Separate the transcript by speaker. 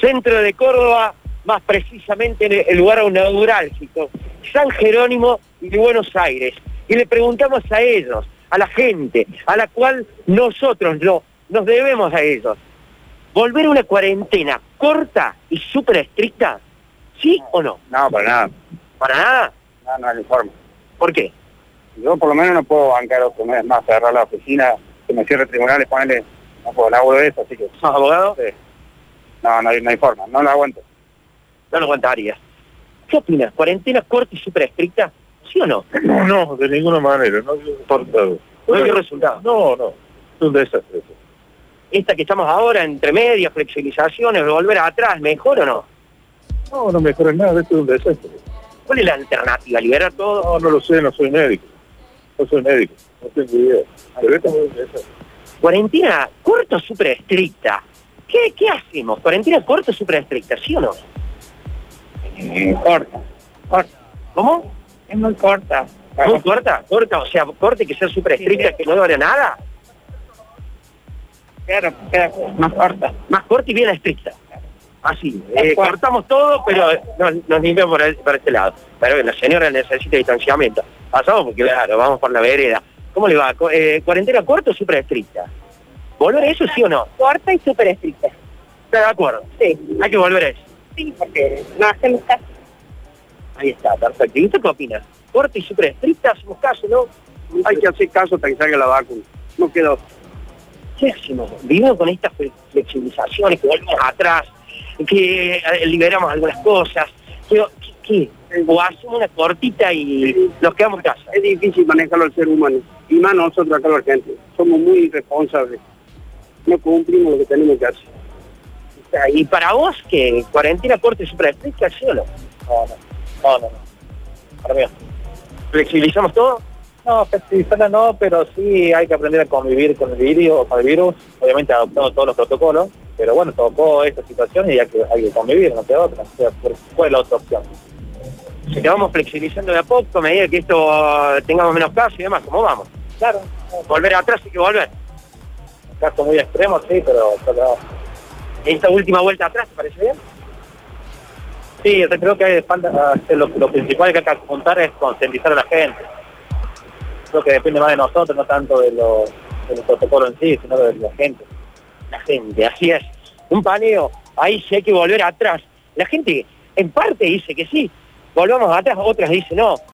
Speaker 1: centro de Córdoba, más precisamente en el lugar neurálgico, San Jerónimo y Buenos Aires. Y le preguntamos a ellos, a la gente, a la cual nosotros no, nos debemos a ellos. ¿Volver a una cuarentena corta y súper estricta? ¿Sí o no?
Speaker 2: No, para nada.
Speaker 1: ¿Para nada?
Speaker 2: No, no le informo.
Speaker 1: ¿Por qué?
Speaker 2: Yo por lo menos no puedo bancar otro mes más, cerrar la oficina, que me cierre tribunales, ponerle... No puedo, no hago de eso, así que...
Speaker 1: ¿Sos abogado?
Speaker 2: Sí. No, no, hay- no hay forma, no la aguanto.
Speaker 1: No lo aguantarías. ¿Qué opinas? ¿Cuarentena corta y súper estricta? ¿Sí o no?
Speaker 3: No, no, de ninguna manera, no dio resultado.
Speaker 1: No dio resultado.
Speaker 3: No, no, es un desastre. eso.
Speaker 1: Esta que estamos ahora, entre medias, flexibilizaciones, volver atrás, ¿mejor o no?
Speaker 3: No, no mejora en nada, esto es un desastre.
Speaker 1: ¿Cuál es la alternativa? ¿Liberar todo?
Speaker 3: No, no lo sé, no soy médico. No soy médico, no tengo idea. Pero esto es un desastre.
Speaker 1: Cuarentena corta o súper estricta. ¿Qué, ¿Qué hacemos? ¿Cuarentena corta o súper estricta? ¿Sí o no?
Speaker 2: Mm, Corta, corta,
Speaker 1: ¿Cómo?
Speaker 2: es muy corta.
Speaker 1: ¿Muy corta? ¿Corta? O sea, corta y que sea súper estricta, que no dure nada.
Speaker 2: Claro, queda más corta.
Speaker 1: Más corta y bien estricta. Así. eh,
Speaker 2: Tal cual.
Speaker 1: cortamos todo, pero nos, nos limpiamos por, el- por este lado. Pero la señora necesita distanciamiento. Pasamos porque, claro, vamos por la vereda. ¿Cómo le va? Co- eh, ¿Cuarentena corta o súper estricta? ¿Volver a eso sí o no?
Speaker 4: corta y súper estricta.
Speaker 1: Está de acuerdo.
Speaker 4: Sí,
Speaker 1: Hay que volver a eso.
Speaker 4: sí, porque no hacemos caso.
Speaker 1: Ahí está, perfecto. ¿Y usted qué opina? ¿Corta y súper estricta? ¿Hacemos caso, no?
Speaker 2: Hay que hacer caso hasta que salga la vacuna. No quedó.
Speaker 1: ¿Qué hacemos? Vivimos con estas fle- flexibilizaciones, que volvemos atrás, que eh, liberamos algunas cosas. Pero, ¿qué, qué? O hacemos una cortita y nos quedamos en casa.
Speaker 2: Es difícil manejarlo al ser humano. Y más nosotros acá los gente. Somos muy irresponsables. No cumplimos lo que tenemos que hacer.
Speaker 1: ¿Y para vos que cuarentena corta y súper estricta, sí o no?
Speaker 2: No,
Speaker 1: No,
Speaker 2: no,
Speaker 1: no, no. Perdón. ¿Flexibilizamos todo?
Speaker 5: No, festival no, pero sí hay que aprender a convivir con el virus, con el virus, obviamente adoptando todos los protocolos, pero bueno, tocó esta situación y hay que, hay que convivir, no queda otra, o sea, ¿cuál- ¿cuál es la otra opción?
Speaker 1: Si vamos flexibilizando de a poco, a medida que esto eh, tengamos menos casos y demás, ¿cómo vamos?
Speaker 5: Claro,
Speaker 1: Volver atrás hay que volver.
Speaker 5: un caso muy extremo, sí, pero... pero-
Speaker 1: Esta última vuelta atrás, ¿te parece bien?
Speaker 5: sí, yo creo que hay falta, hacer lo, lo principal que hay que apuntar es concientizar a la gente. Creo que depende más de nosotros, no tanto de los, de los protocolos en sí, sino de la gente.
Speaker 1: la gente, así es. Un paneo, ahí sí hay que volver atrás. La gente en parte dice que sí, volvamos atrás, otras dicen no,